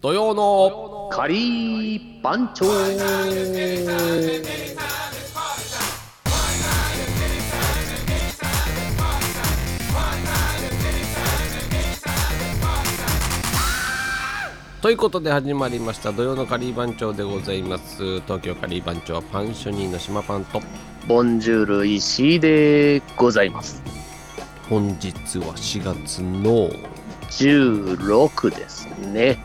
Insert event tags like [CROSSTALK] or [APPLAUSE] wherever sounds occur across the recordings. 土曜のカリー番長ということで始まりました土曜のカリー番長でございます東京カリー番長はパンショニーの島パンとボンジュール石井でございます本日は4月の16ですね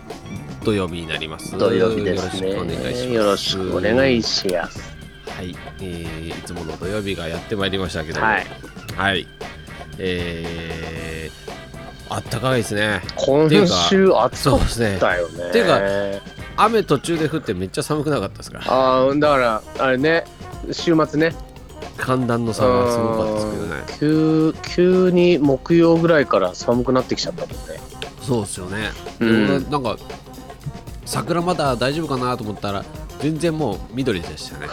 土曜日になります土曜日ですねよろしくお願いしますよろしくお願いしますはい、えー、いつもの土曜日がやってまいりましたけどもはいはいえー、あったかいですね今週暑そかうでっすねたよねていう雨途中で降ってめっちゃ寒くなかったですからあーだからあれね週末ね寒暖の差がすごかったですけどねうん急急に木曜ぐらいから寒くなってきちゃったもんねそうですよね、うんなんか桜まだ大丈夫かなと思ったら全然もう緑でした [LAUGHS] ね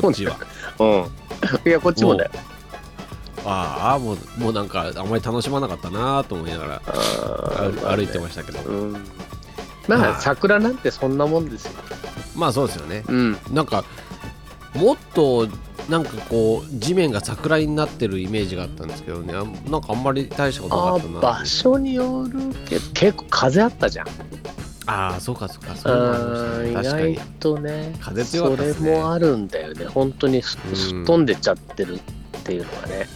こっちはうんいやこっちもだよああもうもうなんかあんまり楽しまなかったなと思いながらあ歩,、ー歩いてましたけど、うんまはあい桜なんてそんなもんですよ。まあそうですよねうん。なんかもっとなんかこう地面が桜になってるイメージがあったんですけどねあんなんかあんまり大したことなあかったなー場所によるけど結構風あったじゃん。ああそうかそうかそういうのあありーま意したね確外かにとね風強かったっすそねれもあるんだよね。本当にすうんすっ飛んでっちゃってるっていうのがね。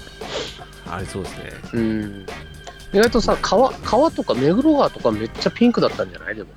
あれそうですねうん。意外とさ川川とか目黒川とかめっちゃピンクだったんじゃないでも。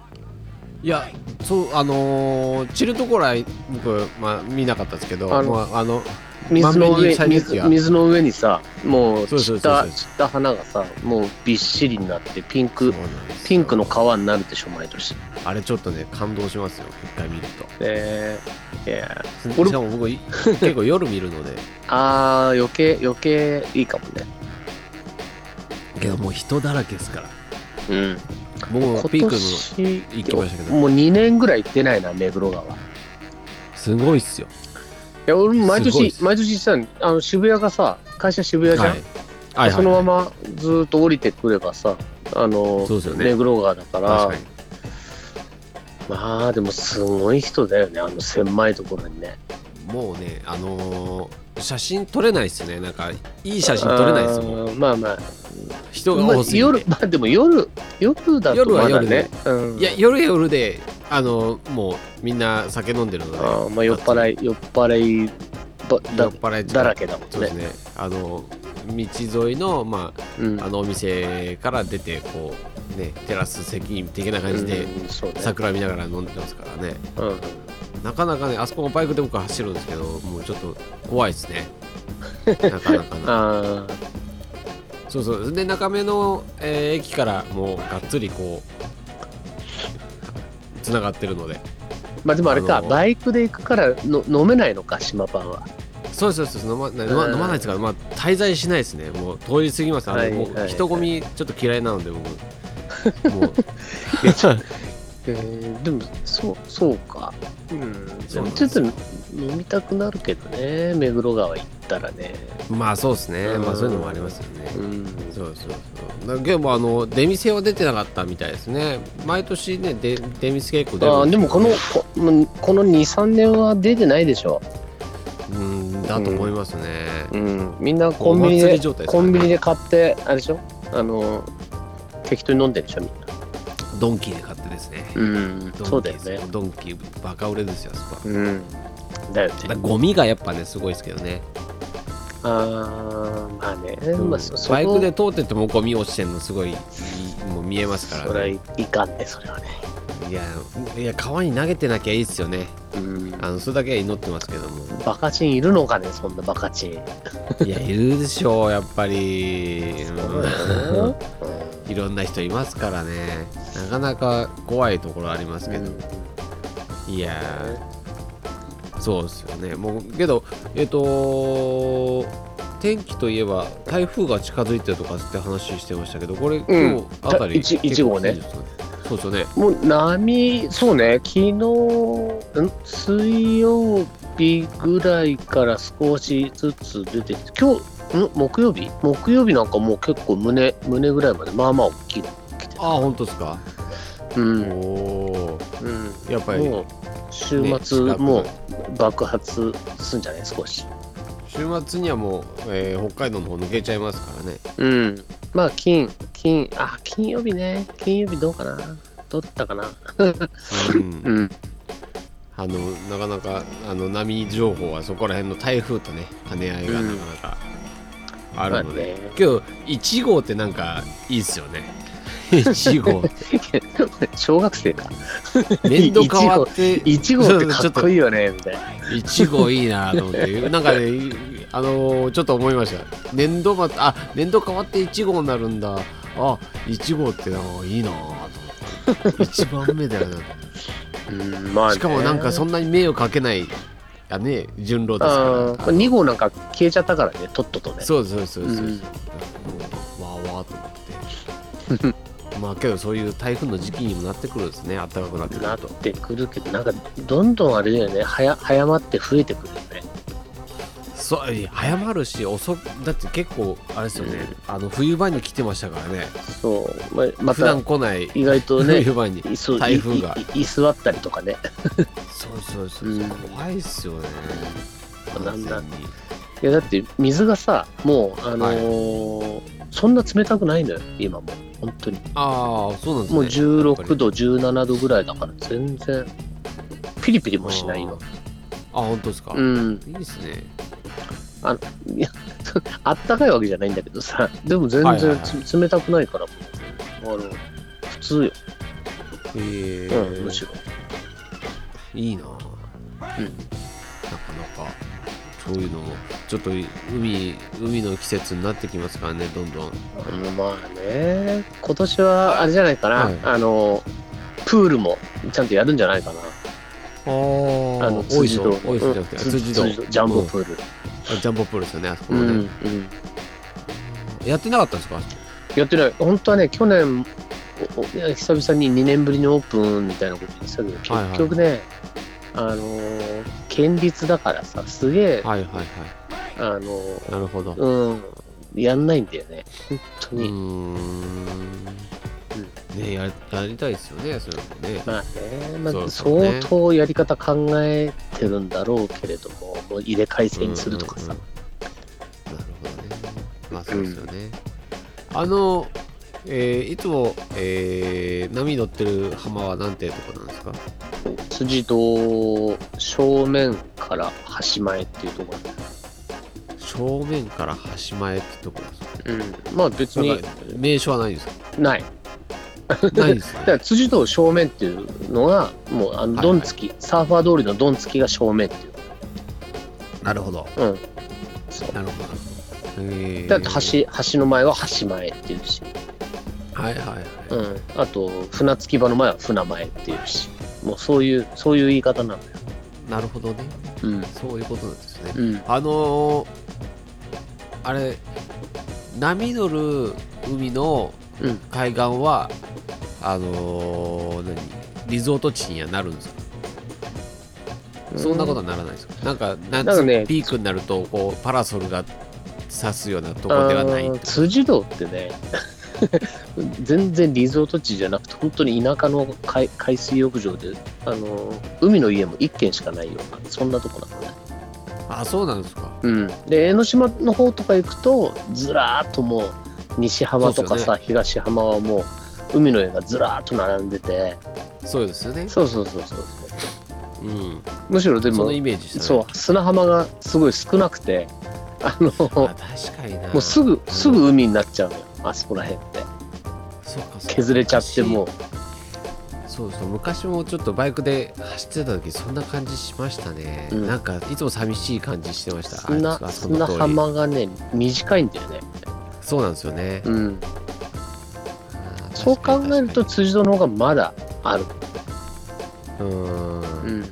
いやそうあのー、散るところは僕、まあ、見なかったですけどああのの、まあ、あの水の満面上に咲いてる水やつが水の上にさもうそう散そうそうそうった散った花がさもうびっしりになってピンそうクなんですよピンクの川になるでしょ毎年。あれちょっとね感動しますよ一回見るとえー、いや俺俺しかも僕 [LAUGHS] い結構夜見るのであー余計余計いいかもねけどもう人だらけですからうん僕もピークの年行きましたけどもう2年ぐらい行ってないな目黒川いすごいっすよや俺も毎すごいっ年す毎年行ってたのあの渋谷がさ会社渋谷じゃん、はいはいはいそのままずーっと降りてくればさあのそうですよね目黒川だから確かにまあでもすごい人だよねあの狭いところにねもうねあのー写真撮れないっすねなんかいい写真撮れないっすあーもんまあまあ人がまあ多すぎて、夜まあでも夜夜だと夜はまだ夜でねうんいや夜は夜であのーもうみんな酒飲んでるのであーまあ酔っ払い酔っ払いば酔だっ払いだらけだもんそうですね。ねあの道沿いの,、まうんあ、あのお店から出てこう、ね、テラス席的な感じでうんそうね桜見ながら飲んでますからねうんなかなかねあそこもバイクで僕は走るんですけどもうちょっと怖いです [LAUGHS] ねなかなかなあーそうそうで中目の、えー駅からもうがっつりこうつながってるのでまあでもあれか、あのバイクで行くからの飲めないのか島パ [LAUGHS] ンはそうですそうです飲ま飲まうん飲まないですから、まあ、滞在しないですねもう通り過ぎますあの、はいもはいう人混みちょっと嫌いなの [LAUGHS] で僕もうえー、でもそうそうかうんでそうもなんでちょっすとよ飲みたくなるけどね目黒川行ったらねまあそうですね、うんまあそういうのもありますよね。うんそうそうそう。だけどあの出店は出てなかったみたいですね。毎年ねで出店結構出る。あーでもこのこうんこの23年は出てないでしょ、うんだと思いますね。うん、みんなコンビニお祭でり状態ですコからねンビニで買ってあれでしょあの適当に飲んでるでしょみんなドンキーで買ってですね。うんドンキーそうだよねですドンキーバカ売れですよ。あそこうんだよだねからゴミがやっぱねすごいですけどね。あーまあね、まあそそこバイクで通っててもゴミ落ちてるのすごいいもう見えますからそれね。はいかんねそれはねいやいや川に投げてなきゃいいですよね。うんあのそれだけは祈ってますけども。バカチンいるのかねそんなバカチンいやいるでしょうやっぱり。うん [LAUGHS] いろんな人いますからねなかなか怖いところありますけど、いやーそうですよねもうけどえっ、と天気といえば台風が近づいてるとかって話してましたけどこれ今日あたり、いちいちごね結構そうですよねもう波そうね昨日ん水曜日ぐららいから少しずつ出てきて今日ん木曜日木曜日なんかもう結構胸胸ぐらいまでまあまあ大きいの来てああ本当ですかうん、おーうん、やっぱり、もう週ね末、近くもう爆発すんじゃない少し週末にはもう、えー北海道の方抜けちゃいますから [LAUGHS] ねうんまあ金金あ金曜日ね金曜日どうかなどうだったかなうんうんあのなかなかあの波情報はそこら辺の台風とね兼ね合いがなかなかあるので、まあね今日1号ってなんかいいっすよね1号小学生か年度変わって1号ってかっこいいよねみたいな1号いいなと思ってなんかねあのーちょっと思いました年度末あ年度変わって1号になるんだあ1号ってなんかいいなと思って1番目だよな [LAUGHS] うんまあねしかもなんかそんなに迷惑かけないやね順路ですあからーこれ2号なんか消えちゃったからねとっととねそうそうそうそうそう、うんわーわーと思っ [LAUGHS] てまあけどそういう台風の時期にもなってくるんですね暖かくなってくなるっとてくるけどなんかどんどんあれだよね早早まって増えてくるよねそういや早まるし遅くだって結構あれですよね、あの冬場に来てましたからねそうまま普た段来ない意外 [LAUGHS] とね冬場にいそう台風がいいい居座ったりとかねそうそうそう、うん怖いっすよねだんだん完全にいやだって水がさもうあのーそんな冷たくないんだよ今も本当にああそうなんですねもう16度17度ぐらいだから全然ピリピリもしないよあ本当ですか、うんいいですねあったかいわけじゃないんだけどさ [LAUGHS] でも全然はいはいはつ冷たくないからもうあの普通よ、えーうん、むしろいいなぁ、うんなかなかそういうのもちょっと海海の季節になってきますからねどんどんうんまあね今年はあれじゃないかな、はいあのプールもちゃんとやるんじゃないかなああの大石堂の大石じゃなくてうん辻堂辻堂ジャンボープールル、ジャンボプールですよねあそこうもん、ね、うんやってなかったんですかやってない本当はね去年おおいや久々に2年ぶりにオープンみたいなこと言ってたけどはいはい結局ね、あのー県立だからさすげえ、はいはいはあのーいなるほどううんやんないんだよね本当ーに、んねややりたいですよねそういうのねまあね、まそうあ、そうね相当やり方考えてるんだろうけれどももう入れ替え制にするとかさ、うんうんうんなるほどねまあそうですよね、あのえーいつも、えー波乗ってる浜はなんてとこなんですか辻堂正面から端前っていうとこ正面から端前ってとこですかろ、うん、まあ別なにんか名所はないんですかない [LAUGHS] ないですだねから辻堂正面っていうのがもうあのドンつき、サーファー通りのドンつきが正面っていうなるほどうんそうなるほどえーだって橋橋の前は橋前っていうし、はいはいはい、うん、あと船着き場の前は船前っていうしもうそういうそういう言い方なんだよ、なるほどねうんそういうことなんですねうん、あのーあれ波乗る海のうん海岸は、あのー何リゾート地にはなるんですか、そんなことはならないですかなんか夏なんかねピークになるとこうパラソルが刺すようなとこではないあー辻堂ってね [LAUGHS] 全然リゾート地じゃなくて本当に田舎の海海水浴場であのー海の家も1軒しかないようなそんなとこなのねあそうなんですかうん、で江ノ島の方とか行くとずらーっともう西浜とかそさ、東浜はもう海の家がずらーっと並んでてそうですよねそうそうそうそううんむしろでそものイメージしたねそう砂浜がすごい少なくてあのあ確かになもうすぐすぐ海になっちゃうのよあそこら辺ってそうかそうか削れちゃってもうそうそう昔もちょっとバイクで走ってた時そんな感じしましたね、うんなんかいつも寂しい感じしてましたあいつ砂あそこ砂の通り浜がね短いんだよねそうなんですよね、うんあーそう考えると確辻堂の方がまだあるかにうーんうん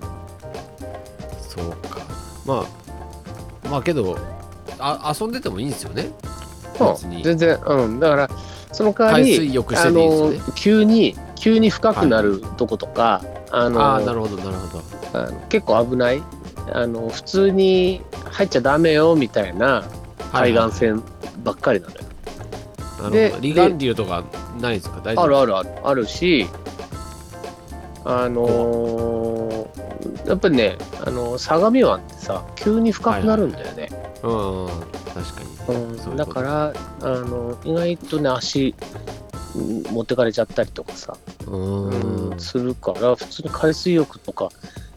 そうかまあまあけどあ遊んでてもいいんですよねまあ別に全然うんだからその代わ海り水浴しあてていいですよのね急に急に深くなるとことか、あのああーなるほどなるほどあの結構危ないあの普通に入っちゃダメよみたいなはい海岸線ばっかりなのよ、なるほどで離岸流とかないですか大丈夫あるあるあるあるしあのーやっぱりね、あのー相模湾ってさ、急に深くなるんだよね。うんうん確かにうん、だから、あのー意外とね、足うん持ってかれちゃったりとかさ、らうんうんするから、普通に海水浴とか、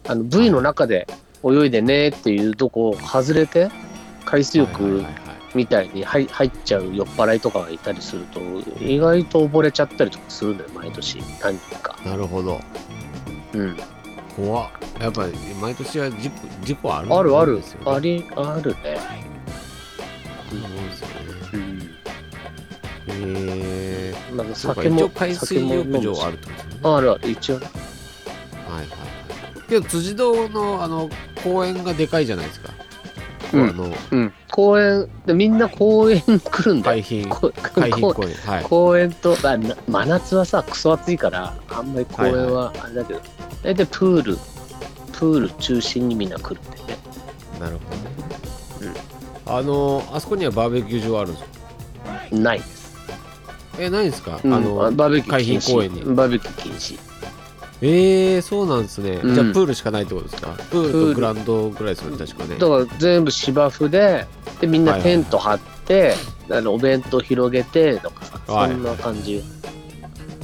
あのブイの中で泳いでねっていうとこを外れて、海水はいはい浴はいはいみたいに入入っちゃう酔っ払いとかがいたりすると、意外と溺れちゃったりとかするんだよ、毎年、何人か。なるほどうん怖っやっぱり毎年は事故事故あるんあるあるです、あよねり、あるね。そんなもんですよねうん。へえなんかそうか酒一応も、海酒水も飲む浴し場あるってことですよねあるある、一応ね。はいはいはいけど辻堂のあの公園がでかいじゃないですか、うんあのうん。公園、でみんな公園来るんだよ。海浜こ [LAUGHS] 海浜こ公園はい公園と、あな真夏はさ、クソ暑いから、あんまり公園はあれだけど、大体プール、プール中心にみんな来るんだよね。なるほどね、あのあそこにはバーベキュー場あるんですかないです。えないんですか、うんあのバーベキュー禁海浜公園止。にバーベキュー禁止。えー、そうなんですね、うんじゃあプールしかないってことですかプールプーとルグラウンドぐらいですよね確かねだから全部芝生ででみんなテント張って、あのお弁当広げてとかさはそいんな感じ、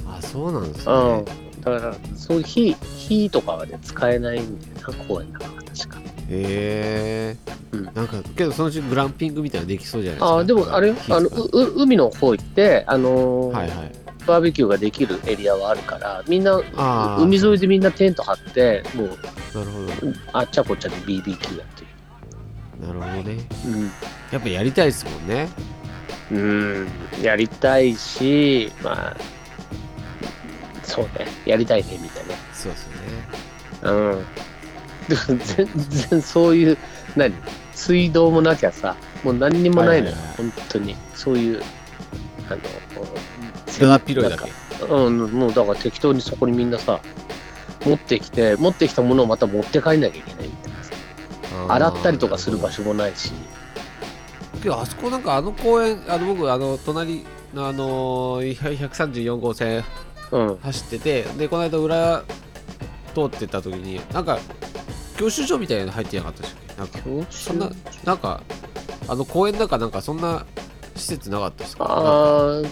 あそうなんですね、うんだからそういう火火とかはね使えないんだよな公園だから確かへえうんなんかけどそのうちグランピングみたいなのできそうじゃないですかああでもあれよあのうう海の方行って、あのーはいはいバーベキューができるエリアはあるからみんなああ海沿いでみんなテント張ってもうなるほどあっちゃこっちゃで BBQ やってるなるほどねうんやっぱやりたいですもんねうんやりたいしまあそうねやりたいねみたいなそうですよねうん。でも全然そういう、何水道もなきゃさ、もう何にもないのよ、はいはいはい本当に。そういう、あの、だだっ広いだけうん、もうだから適当にそこにみんなさ、持ってきて、持ってきたものをまた持って帰んなきゃいけないみたいなさ。洗ったりとかする場所所もないし。けどあそこなんかあの公園あの僕あの隣のあのー134号線うん。走っててでこの間裏通ってた時になんか教習所みたいなの入ってなかったでしたっけなんかそんななんかあの公園だかなんかそんな施設なかったですかああ、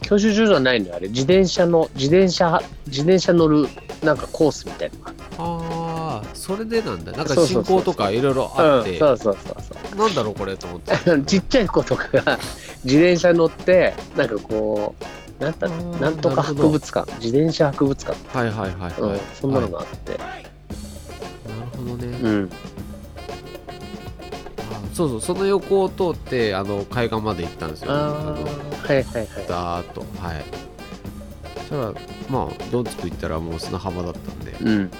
教習所じゃないのよ、あれ。自転車の、自転車、自転車乗る、なんかコースみたいなのがあーそれでなんだなんかそうそ進うそう行とかいろいろあっうてん、そうそうそうそう。なんだろうこれと思ってあのちっちゃい子とか [LAUGHS] が自転車乗ってなんかこうなんだろうあー [LAUGHS] なんとか博物館自転車博物館、はいはいはいはい、うんなるそんなのがあって、ほどね、うんそうそうその横を通ってあの海岸まで行ったんですよあのあはいはいはいダーッとはいそしたらまあドンツク行ったらもう砂浜だったんでうん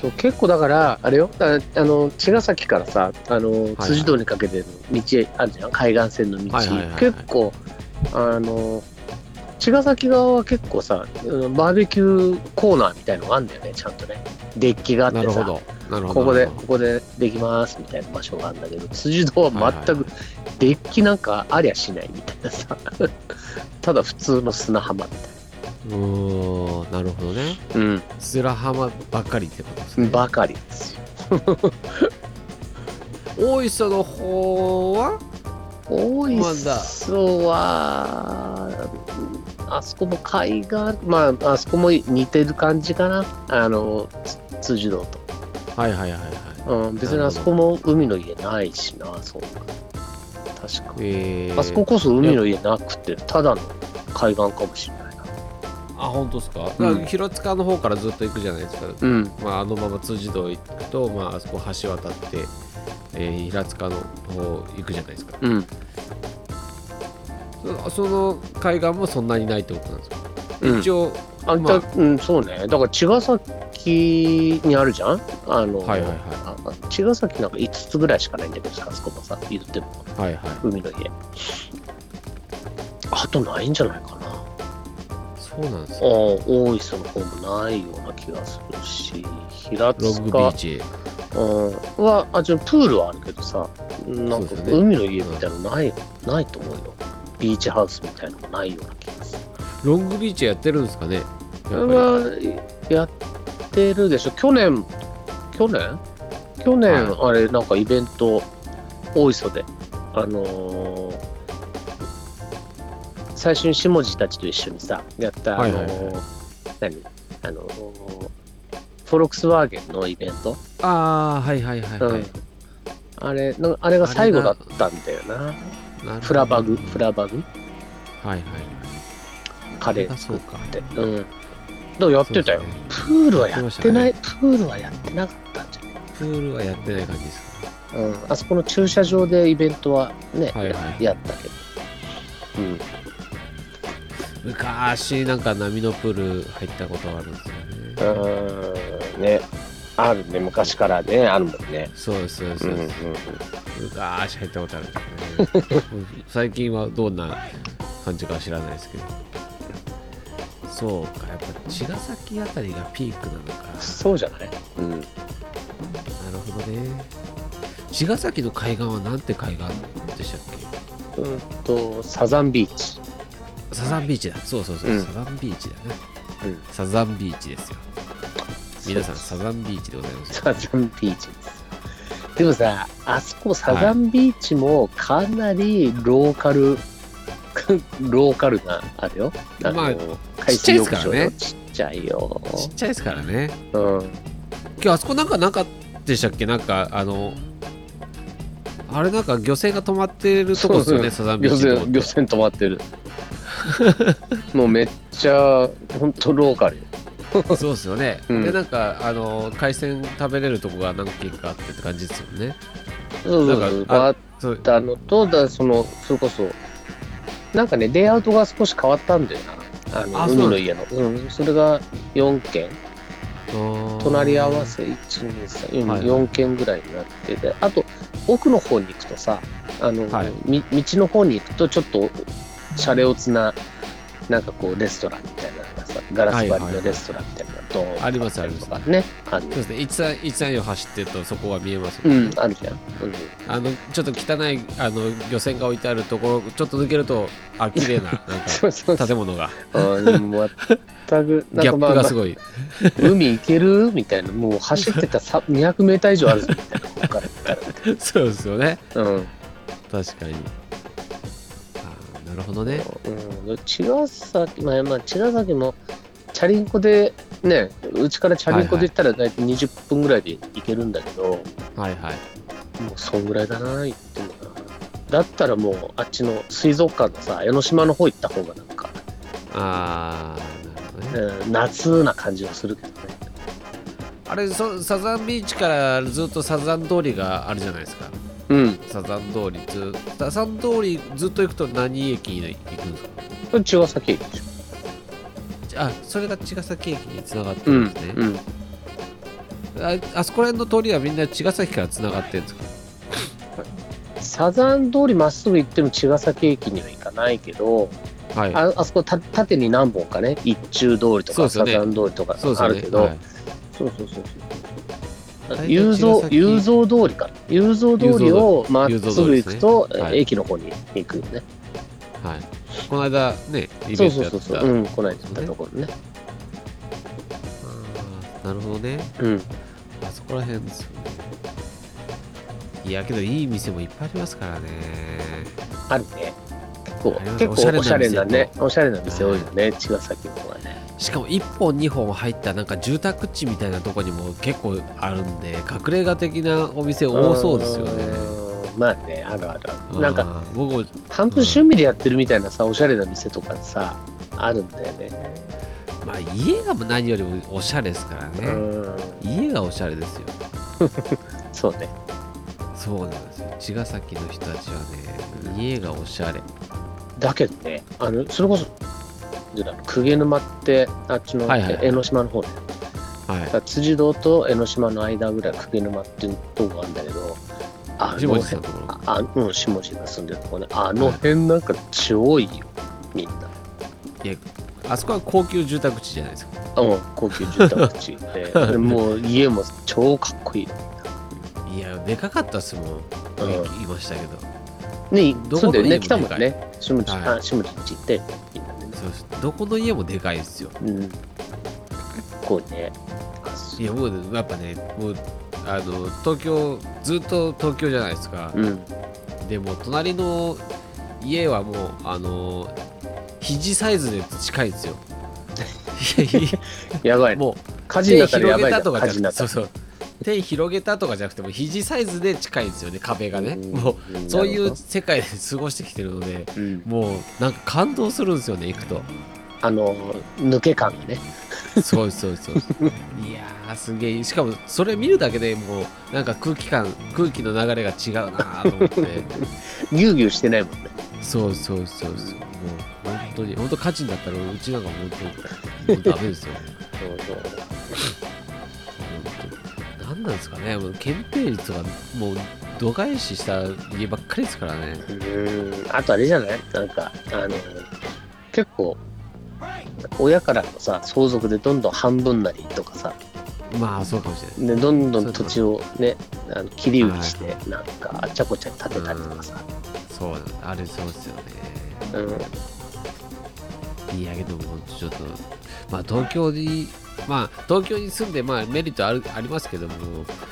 そう結構だからあれよああの茅ヶ崎からさあのはい辻堂にかけての道あるじゃん海岸線の道、はいはいはいはい結構あの茅ヶ崎側は結構さうんバーベキューコーナーみたいのがあるんだよねちゃんとねデッキがあってなるほさどなるほどここで、なるこほこでできますみたいな場所があるんだけど、辻堂は全はいくデッキなんかありゃしないみたいなさ、 [LAUGHS] ただ普通の砂浜みどうーんなるほどねたいな、砂浜ばっかりってことですうねん、ばかりですよ。大磯の方は大磯は、あそこも海岸、まあ、あそこも似てる感じかな、あの、つ辻堂と。はいはいはいはいうん、別にあそこも海の家ないしな、そんな。確かえー、あそここそ海の家なくて、ただの海岸かもしれないな。あ本当ですか,、うん広塚の方からずっと行くじゃないですかうん。まあ、あのまま辻堂行くと、まあ、あそこ橋渡って、えー平塚の方行くじゃないですかうん。そその海岸もそんなにないってことなんですか、うん一応あんまたあ、うん、そうね。だから茅ヶ崎にあるじゃんあの、はいはいはいあ茅ヶ崎なんか5つぐらいしかないんだけどさ、あそこもさ、言っても、はいは海の家。あとないんじゃないかな。あいそうなんですあ、よ大磯の方もないような気がするし、平ロング塚ビーチうん、は、あ、じゃあプールはあるけどさ、なんそかうですよね海の家みたいなのない、ないと思うよ。ビーチハウスみたいなのもないような気がする。ロングビーチやってるんですかねやっぱはやってるでしょ去年去年去年、あれなんかイベント大磯であのー最初に下地たちと一緒にさやったあのはいーはいは何あのーフォロックスワーゲンのイベント、りああはいはいはいはい、うんあれなあれが最後だったんだよななるほどフラバグフラバグはいはいカレあーそ作うっかてうんだからやってたよ、そうですねプールはやってなやい、プールはやってなかったんじゃないプールはやってない感じですかうん、あそこの駐車場でイベントはね、はいはいやったけど、うん、昔なんか波のプール入ったことあるんですよねーんねあるね昔からねあるもんねそうですそうですそううんうんうでんす昔入ったことあるんですけどね最近はどんな感じかは知らないですけどそうかやっぱ茅ヶ崎あたりがピークなのかそうじゃない、うん、なるほどね茅ヶ崎の海岸はなんて海岸でしたっうんとサザンビーチけサザンビーチだそうそうそう、うんサザンビーチだね、うんサザンビーチですよ皆さんサザンビーチでございますサザンビーチですでもさあそこサザンビーチもかなりローカル、 [LAUGHS] ローカルなあれよあの、まあ海ちっちゃ水いです浴から場ねよちっちゃいよ、ちっちゃいですからねうん、今日あそこなんかなかったでしたっけなんかあのあれなんか漁船が止まってるとこですよねそサザンビー漁チのとこ船漁船止まってる [LAUGHS] もうめっちゃ本当ローカルよそうですよね、 [LAUGHS] うんでなんかあの海鮮食べれるとこが何軒かあってって感じですよねそうそうそうなんかあっそうたのとだそのそれこそなんかねレイアウトが少し変わったんだよなあのあそうな海んだの家のうん、それが4軒隣り合わせはいはい1234軒ぐらいになっててあと奥の方に行くとさあの、はいみ道の方に行くとちょっとシャレオツななんかこうレストランみたいなのがさガラス張りのレストランみたいなのがドーンとありますったりとかねあるそうですね134走ってるとそこは見えますもうんね、んあるじゃん、うん、あのちょっと汚いあの漁船が置いてあるところちょっと抜けるとあ綺麗ななんか [LAUGHS] そうそうそう建物がうん全くなんギャかップまあ、まがあすごい海行けるみたいなもう走ってたさ 200m 以上あるぞみたいなここから行ったそうですよねらうん確かにあーなるほどねうん、茅ヶ崎、まあまあ、茅ヶ崎もチャリンコでねうちからチャリンコで行ったら大体20分ぐらいで行けるんだけど、はいはいもうそんぐらいだな行ってもなだったらもうあっちの水族館のさ江ノ島の方行った方がなんか、あーなるほどねうん夏な感じはするけどねあれそサザンビーチからずっとサザン通りがあるじゃないですかうんサザン通りずサザン通りずっと行くと何駅に行くんですかこれ茅ヶ崎駅でしょあそれが茅ヶ崎駅につながってるんですね、うんああそこら辺の通りはみんな茅ヶ崎からつながってるんですかサザン通りまっすぐ行っても茅ヶ崎駅には行かないけどはいああそこた縦に何本かね一中通りとそうでか、すよサねザン通りとかそうですあよるねけど、はいそうそうそ大うそう。体雄茅ヶ三崎雄三通りか。雄三通りをまっすぐ行く雄三と、通りですねはい駅の方に行くよね。はいこの間ねイそベうントそうやっそてうたそう。うん、こないだ行ったところね。あーなるほどねうん。あそこら辺ですよねいやけどいい店もいっぱいありますからねあるね。結構あります結構おしゃれなね、おおしゃれな店多いよね。茅ヶ崎の方はね。しかも1本2本入ったなんか住宅地みたいなとこにも結構あるんで隠れ家的なお店多そうですよねうん。まあね、あるあるある。なんかあー僕も半分趣味でやってるみたいなさ、おしゃれな店とかさ、あるんだよね。まあ家が何よりもおしゃれですからうね、ん。家がおしゃれですよそうね。そうなんですよ茅ヶ崎の人たちはね家がおしゃれだけどね、あのそれこそ、鵠沼って、あっちのはいはいはい江ノ島の方ね、はいだから辻堂と江ノ島の間ぐらい鵠沼っていうとこがあるんだけど、あ藤の本さん辺のところああうん、下地が住んでるとこね、あの辺なんか超いいよ、みんな。あそこは高級住宅地じゃないですかあもう高級住宅地で、 [LAUGHS] でもう家も超かっこいいよ。いやでかかったっすもん、うん言いましたけどね、どそこうだのよ家ね、も来たもんでね、下地、はいあ下地行って、みんなでね。そうですどこの家もでかいですようん、構ね。いや僕やっぱねもうあの東京ずっと東京じゃないですか、うん。でも隣の家はもうあの肘サイズで近いんです [LAUGHS] よいやいやばやいね。もう火事に手なったらや広ばげいたとじゃんかじ火ゃ事にななくってそたうそう手広げたとかじゃなくてもう肘サイズで近いんですよね壁がらねんもうそうい。なるう世界で過ごしてきてるのでほどうん。もうなんか感動するんですよね行くとあの、抜け感がね。そうですそうですそうですいやーすげえしかもそれ見るだけでもうなんか空気感空気の流れが違うなーと思ってぎゅうぎゅうしてないもんね。そうそうそうそう。もう本当に、本当火事になったら、うちなんか本当、もうダメですよ。本当何なんですかね、もう憲兵率がもう度外視した家ばっかりですからね。うーん。あとあれじゃないなんか、あの、結構、親からのさ、相続でどんどん半分なりとかさ、まあ、そうかもしれない。でどんどん土地をね、あの切り売りして、なんか、あっちゃこっちゃ建てたりとかさ。そうなんあれそうですよね。うん。いやけども、ちょっと、まあ、東京に、まあ、東京に住んで、まあ、メリットあるありますけども、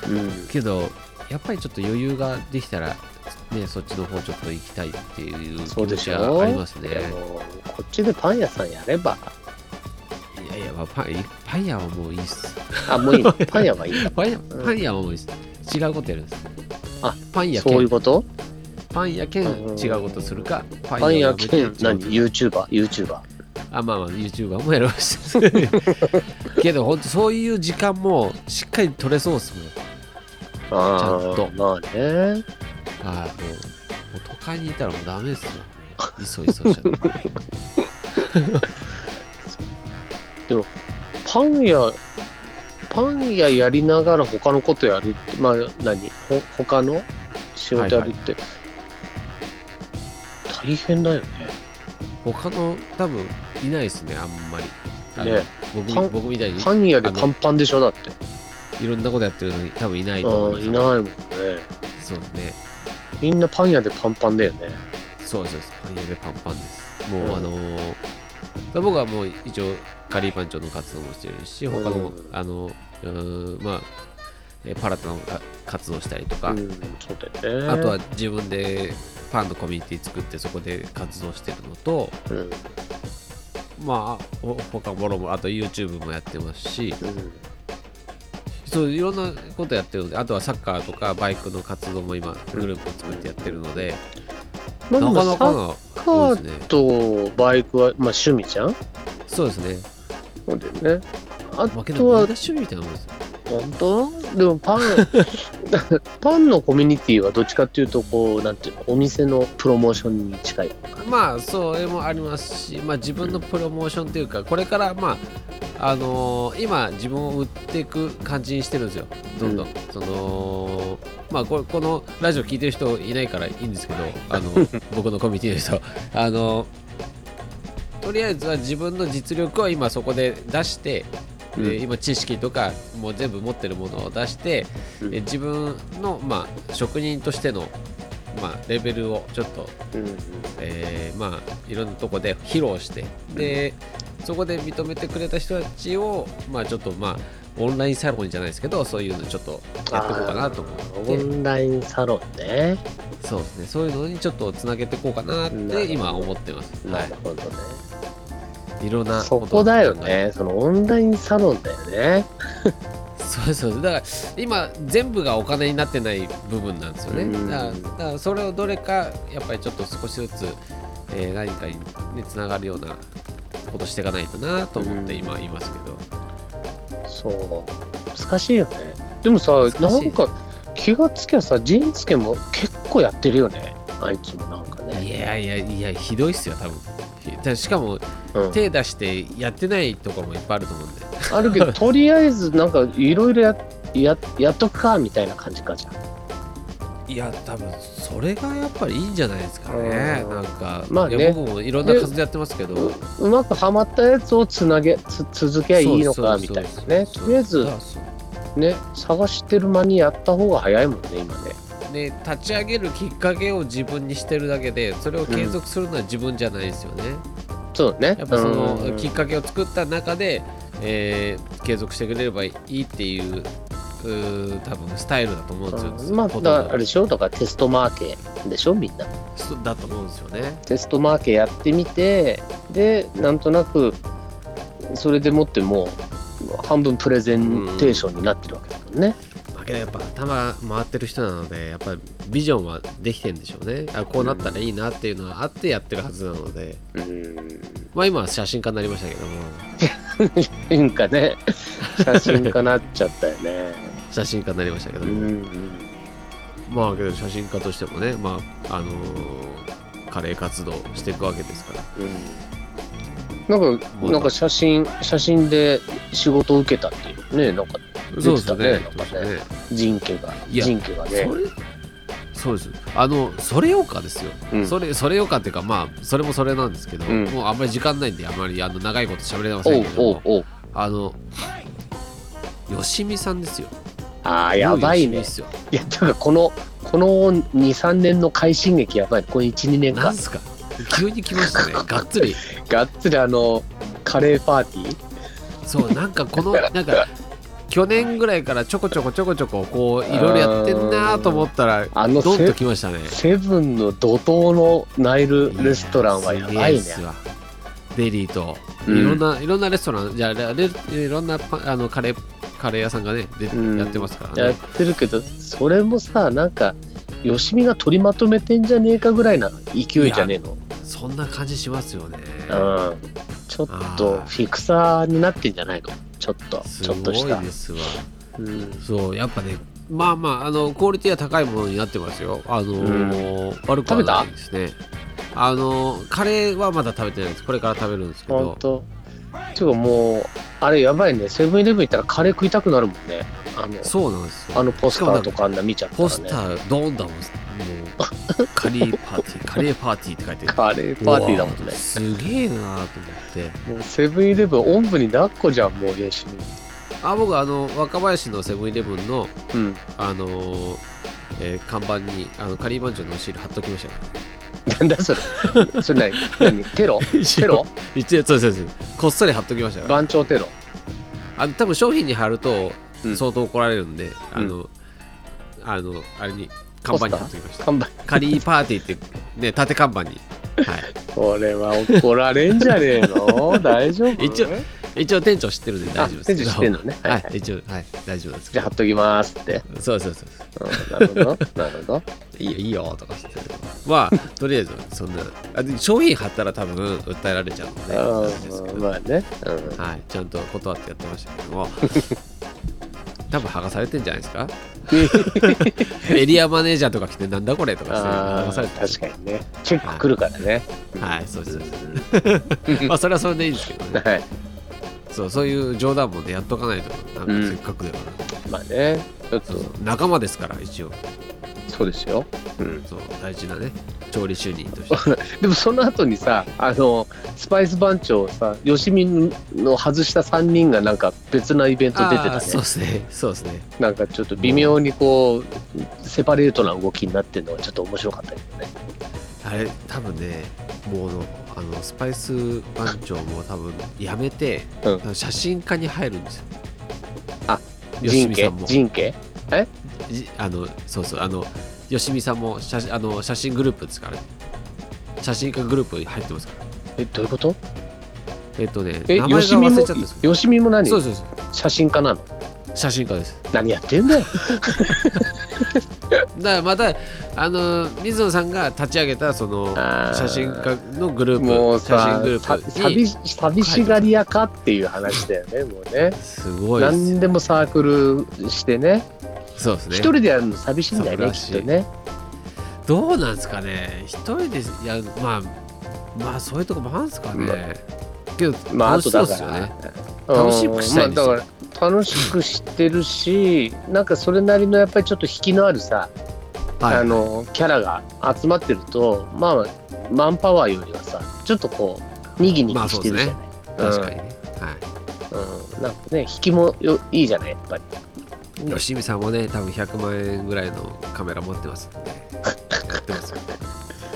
うん。けど、やっぱりちょっと余裕ができたら、ね、そっちの方ちょっと行きたいっていう気そう持でちしはょありますね。でもこっちでパン屋さんやれば、いやいや、まあ、パンパン屋はもういいっす。あ、もういい [LAUGHS] のパン屋はいいのパン屋パン屋はもういいっす。違うことやるんです。あ、パン屋そういう兼、ことパン屋兼うん違うことするか、パパン屋をやめて兼何違う ?YouTuber?YouTuber。あ、まあまあ、YouTuber もやりました。 [LAUGHS] けど、本当そういう時間もしっかり取れそうっすもん。あゃんーとまあね。あーもう、もう都会にいたらもうダメっす [LAUGHS] よ。いそいそしちゃって。パン屋、パン屋やりながら他のことやるって、まあ何ほ他の仕事やるって、大変だよね。他の、多分いないっすね、あんまり。あのね僕パン僕みたいにパン屋でパンパンでしょだって。いろんなことやってるのに多分いないと思うん、いいます。ないもんね。そうですね。みんなパン屋でパンパンだよね。そうですそうです。パン屋でパンパンです。もう、うんあのー僕はもう一応、カリーパンチョの活動もしてるし、他の、うんあの、うーんまあ、えパラタのか活動したりとか、うん、そうだよね。あとは、自分でパンのコミュニティ作って、そこで活動してるのと、うん、うんまあ、ほ他もろもろ、あと YouTube もやってますし、そういろんなことやってるので、あとはサッカーとかバイクの活動も今、グループを作ってやってるので、まあ、でなもかなかサッな、カそうーですね。とバイクは、まあ、趣味じゃんそうですね。そうだよね。あまあ、けとど、みんなは、趣味みたいなもんですよ本当でもパン、 [LAUGHS] パンのコミュニティはどっちかっていうと、こう、なんていうの、お店のプロモーションに近いのかな。まあそれもありますし、まあ、自分のプロモーションというかこれからまああのー今自分を売っていく感じにしてるんですよどんどん、うそのまあここのラジオ聞いてる人いないからいいんですけどあの [LAUGHS] 僕のコミュニティの人あのとりあえずは自分の実力を今そこで出して、でうん今知識とかもう全部持ってるものを出して、うんで自分の、まあ、職人としての、まあ、レベルをちょっとうん。えーまあいろんなとこで披露してでそこで認めてくれた人たちをまあちょっとまあオンラインサロンじゃないですけどそういうのちょっとやっていこうかなと思オってンラインサロンね。そうですねそういうのにちょっとつなげていこうかなっなるほどて今思ってます、はなるほどね。い、いろんなそとをこだよね。そのオンラインサロンだよね。そうそうだから今全部がお金になってない部分なんですようんねだからだからそれをどれかやっぱりちょっと少しずつ、えー何かにつながるようなことしていかないとなと思って今いますけど、そう。難しいよね。でもさ、な難しいんか、気がつきゃさ、仁助も結構やってるよね。あいつもなんかね。いやいやいやひどいっすよ多分ひだしかもうん手出してやってないところもいっぱいあると思うんであるけど、とりあえず、なんか、いろいろや、や、やっとくか、みたいな感じかじゃん。いや多分それがやっぱりいいんじゃないですかねうんなんか、まあねいや僕もいろんな活動やってますけどううまくはまったやつをつなげ、つ続けばいいのか、みたいなね。そうそうそうそうとりあえず、そうね、探してる間にやった方が早いもんね、今ね。で立ち上げるきっかけを自分にしてるだけでそれを継続するのは自分じゃないですよね、そうね。やっぱそうんのきっかけを作った中でえー継続してくれればいいっていううー多分スタイルだと思うんですよ。まあ、ほとんだどからあれでしょだからテストマーケでしょみんな。そうだと思うんですよね。テストマーケやってみて、で、なんとなく、それでもってもう、半分プレゼンテーションになってるわけだもんね。まあけどやっぱ頭回ってる人なのでやっぱりビジョンはできてんでしょうねあこうなったらいいなっていうのはあってやってるはずなのでうん。まあ今は写真家になりましたけどもなん [LAUGHS] かね、写真家なっちゃったよね。写真家になりましたけどうも、ん。まあけど写真家としてもねまああのー、カレー活動していくわけですからなんか、なんか写真、写真で仕事を受けたっていうね、なんかそうでそうすねですね人気が、いや人気がねそ。れそうですあのそれよかですよ、うんそれそれよかっていうかまあそれもそれなんですけど、うんもうあんまり時間ないんであんまりあの長いこと喋れませおんうけどおもうおう。あのよしみさんですよああ、やばいねよ。しみっすよいや、てかこの、この2、3年の快進撃やばい。この1、2年な間ん。すか急に来ま [LAUGHS] したねがっつりがっつりあの、カレーパーティーそうなんかこのなんか去年ぐらいからちょこちょこちょこちょここういろいろやってんなと思ったらあのドンセと来ましたねセブンの怒涛のナイルレストランはやばいねや。すげえっすわデリーというんろんな、いろんなレストランじゃあレレいろんなパあのカレーカレー屋さんがねで、うんやってますからやっねてるけど、それもさ、なんか、よしみが取りまとめてんじゃねえかぐらいな勢いじゃねえの。そんな感じしますよねうん。ちょっと、あーフィクサーになってんじゃないのちょっと、すちょっとしごたいで。すわうんそうやっぱねまあまああのクオリティは高いものになってますよあのー悪くはないですねあのーカレーはまだ食べてないですこれから食べるんですけほんどと。ていうかもう、あれやばいね。セブンイレブン行ったらカレー食いたくなるもんね。あの、そうなんですよあのポスターとかあんな見ちゃったポらスね。タードーンだもんもうカレーパーテ [LAUGHS] ィーカレーパーティーって書いてるカレーパーティーだもんうわね。すげえなと思ってもうセブンイレブン、おんぶに抱っこじゃん、もう、よしあ僕あの若林のセブンイレブンのみ。うん。 [LAUGHS] あのーえー看板にあのカリーバンジョンのシール貼っときました [LAUGHS] よなんだそれ。それ何何 [LAUGHS] テロテロ一応そうですそうですこっそり貼っときましたよ番長テロ。あの多分商品に貼るとうん相当怒られるんで、あの、あのあれに看板に貼ってきました看板。カリーパーティーって [LAUGHS] ね縦看板に、はこれは怒られんじゃねえ [LAUGHS] の大丈夫一応い、一応店長知ってるんであ大丈夫です店長知ってんのね。ははいい。一応はい大丈夫ですじゃあ貼っときますって。そうそうそううんなるほ [LAUGHS] ど。なるほそうど。いいよいいよとかしてまあとりあえずそんなあで商品貼ったら多分訴えられちゃうのでなんですけうんど [LAUGHS] まあね。はい、ちゃんと断ってやってましたけど [LAUGHS] も多分剥がされてんじゃないですかエリアマネージャーとか来てなんだこれとかして剥あがあされー、て確かにね。チェック来るからね。はいそうですそうですまあそれはそれでいいんですけどねはい。そうそういう冗談もねやっとかないとなんうんかせっかくだから、まあね。ちょっとそう、そう仲間ですから一応そうですよ。うん。そう大事なね調理主任と [LAUGHS] してでもその後にさ、あの、スパイス番長さ、よしみの外した3人がなんか別なイベント出てあーたそうねで。すねそうですねなんかちょっと微妙にこう、セパレートな動きになってるのがちょっと面白かったけどね。あれ多分ねもうあのスパイス番長も多分やめて、う写真家に入るんですよあ吉人見さ家んも人家じあのそうそうあの吉見さんも写あの写真グループですからね写真家グループに入ってますからえ、どういうことえっとねえ、名前が吉見忘れもちゃったんです、けど吉見も何そうそうそう写真家なの写真家です何やって [LAUGHS] んだよ。だからまたあの水野さんが立ち上げたそのあー写真家のグループもう写真さグル、さープ寂にし寂しがり屋かっていう話だよね、もうね。すごいです何でもサークルしてね。そうですね一人でやるの寂しいんだそようね、らきしっいとね。どうなんですかね一人でやまあまあそういうとこもあるんですかね、まけどまあ、あ楽しそうとだでかすよねら、楽しくしたいうんですよまあだから、楽しくしてるし、なんかそれなりのやっぱりちょっと引きのあるさ、あはいのキャラが集まってると、まあ、マンパワーよりはさ、ちょっとこう、にぎにぎしてるじゃない。確かにね、はうん、なんかね、引きもよいいじゃない、やっぱり。い吉見さんもね多分100万円ぐらいのカメラ持ってますんでやってますよね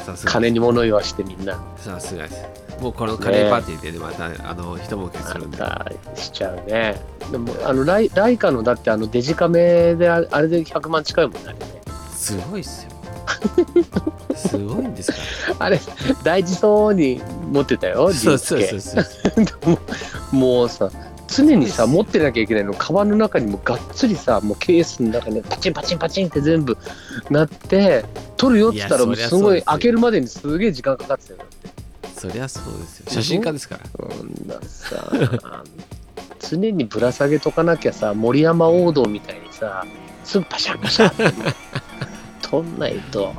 さすが金に物言わしてみんな。さすがですもうこのカレーパーティーでね、また、あの、一儲けするんで。あんたしちゃうねでもあのライライカのだってあのデジカメでああれで100万近いもんねあれ [LAUGHS] ねすごいっすよ。すごいんですか [LAUGHS] あれ大事そうに持ってたよら。そうそうリそュうそう。ウスケもうもうさ常にさ持ってなきゃいけないのカバンの中にもがっつりさもうケースの中にパチンパチンパチンって全部なって取るよっつったいやらもうそりゃすそうごでいすよ開けるまでにすげえ時間かかってたよそりゃそうですよ。写真家ですから。そんなさ常にぶら下げとかなきゃさ森山王道みたいにさすぐパシャンパシャンって取んないと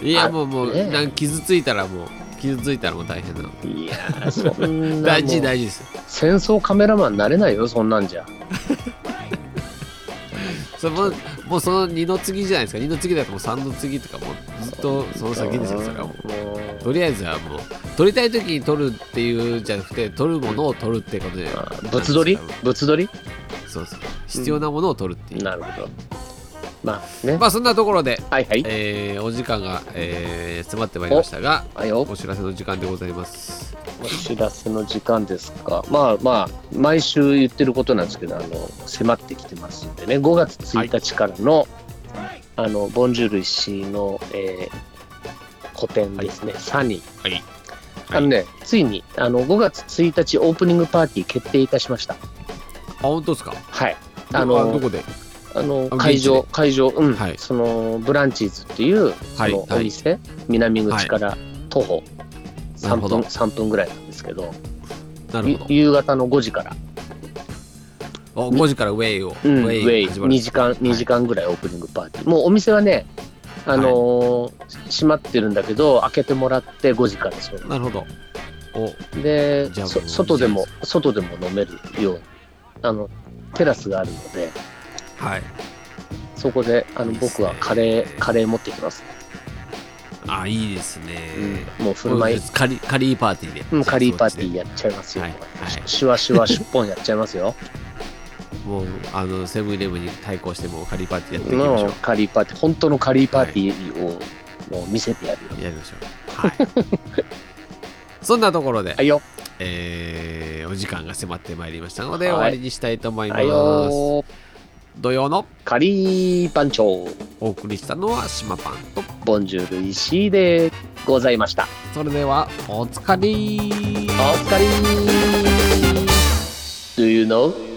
いや、もう、もう、ねえなん傷ついたらもう、傷ついたらもう大変なの。いやーそんな大事、もう大事ですよ。戦争カメラマンになれないよそんなんじゃそのもうその二の次じゃないですか。二の次だともう三の次とか、もうずっとその先ですよ、それはもう。もとりあえずはもう、撮りたい時に撮るっていうじゃなくて、撮るものを撮るってことで。あー物撮り物撮りそうそう。必要なものを撮るっていう。なるほどまあね、まあそんなところで、はいはいえーお時間が、えー迫ってまいりましたが、はいよお知らせの時間でございます。お知らせの時間ですか、まあまあ、毎週言ってることなんですけど、あの迫ってきてますんでね、5月1日からの、あのボンジュール石井の、えー個展ですね、サニー。はい。あのね、ついにあの5月1日オープニングパーティー決定いたしました。あ、本当ですかはい。ああのどの、こであのあ会場現、会場、うん、はいそのブランチーズっていうはそいのお店、南口から徒歩な3るほど分、3分ぐらいなんですけど、なるゆほ夕方の5時から。ど。お5時からウェイを。うん、ウェイ始まる2時間2時間ぐらいオープニングパーティー、もうお店はね、あのー閉まってるんだけど開けてもらって5時からそうなるほど。お、でじゃあそもう外でいいもじ外でも飲めるようにあのテラスがあるのではい。そこであのいいっすね僕はカレーカレー持ってきます、あ、いいですね。もう振る舞い、カリカリーパーティーで。うん、カリーパーティーや。やっちゃいますよ、はいはいしシュワシュワシュッポンやっちゃいますよもう、あの、セブンイレブンに対抗して、もうカリーパーティーやっていきましのょカリーパーティー本当のカリーパーティーをもう見せてやるよ、う。やりましょう。はい。 [LAUGHS] そんなところで、はいよえーお時間が迫ってまいりましたので、はい終わりにしたいと思いまはす。いよ土曜のカリーパンチョーお送りしたのは島パンとボンジュール石井でございました。それではおつかりお疲れ Do you know?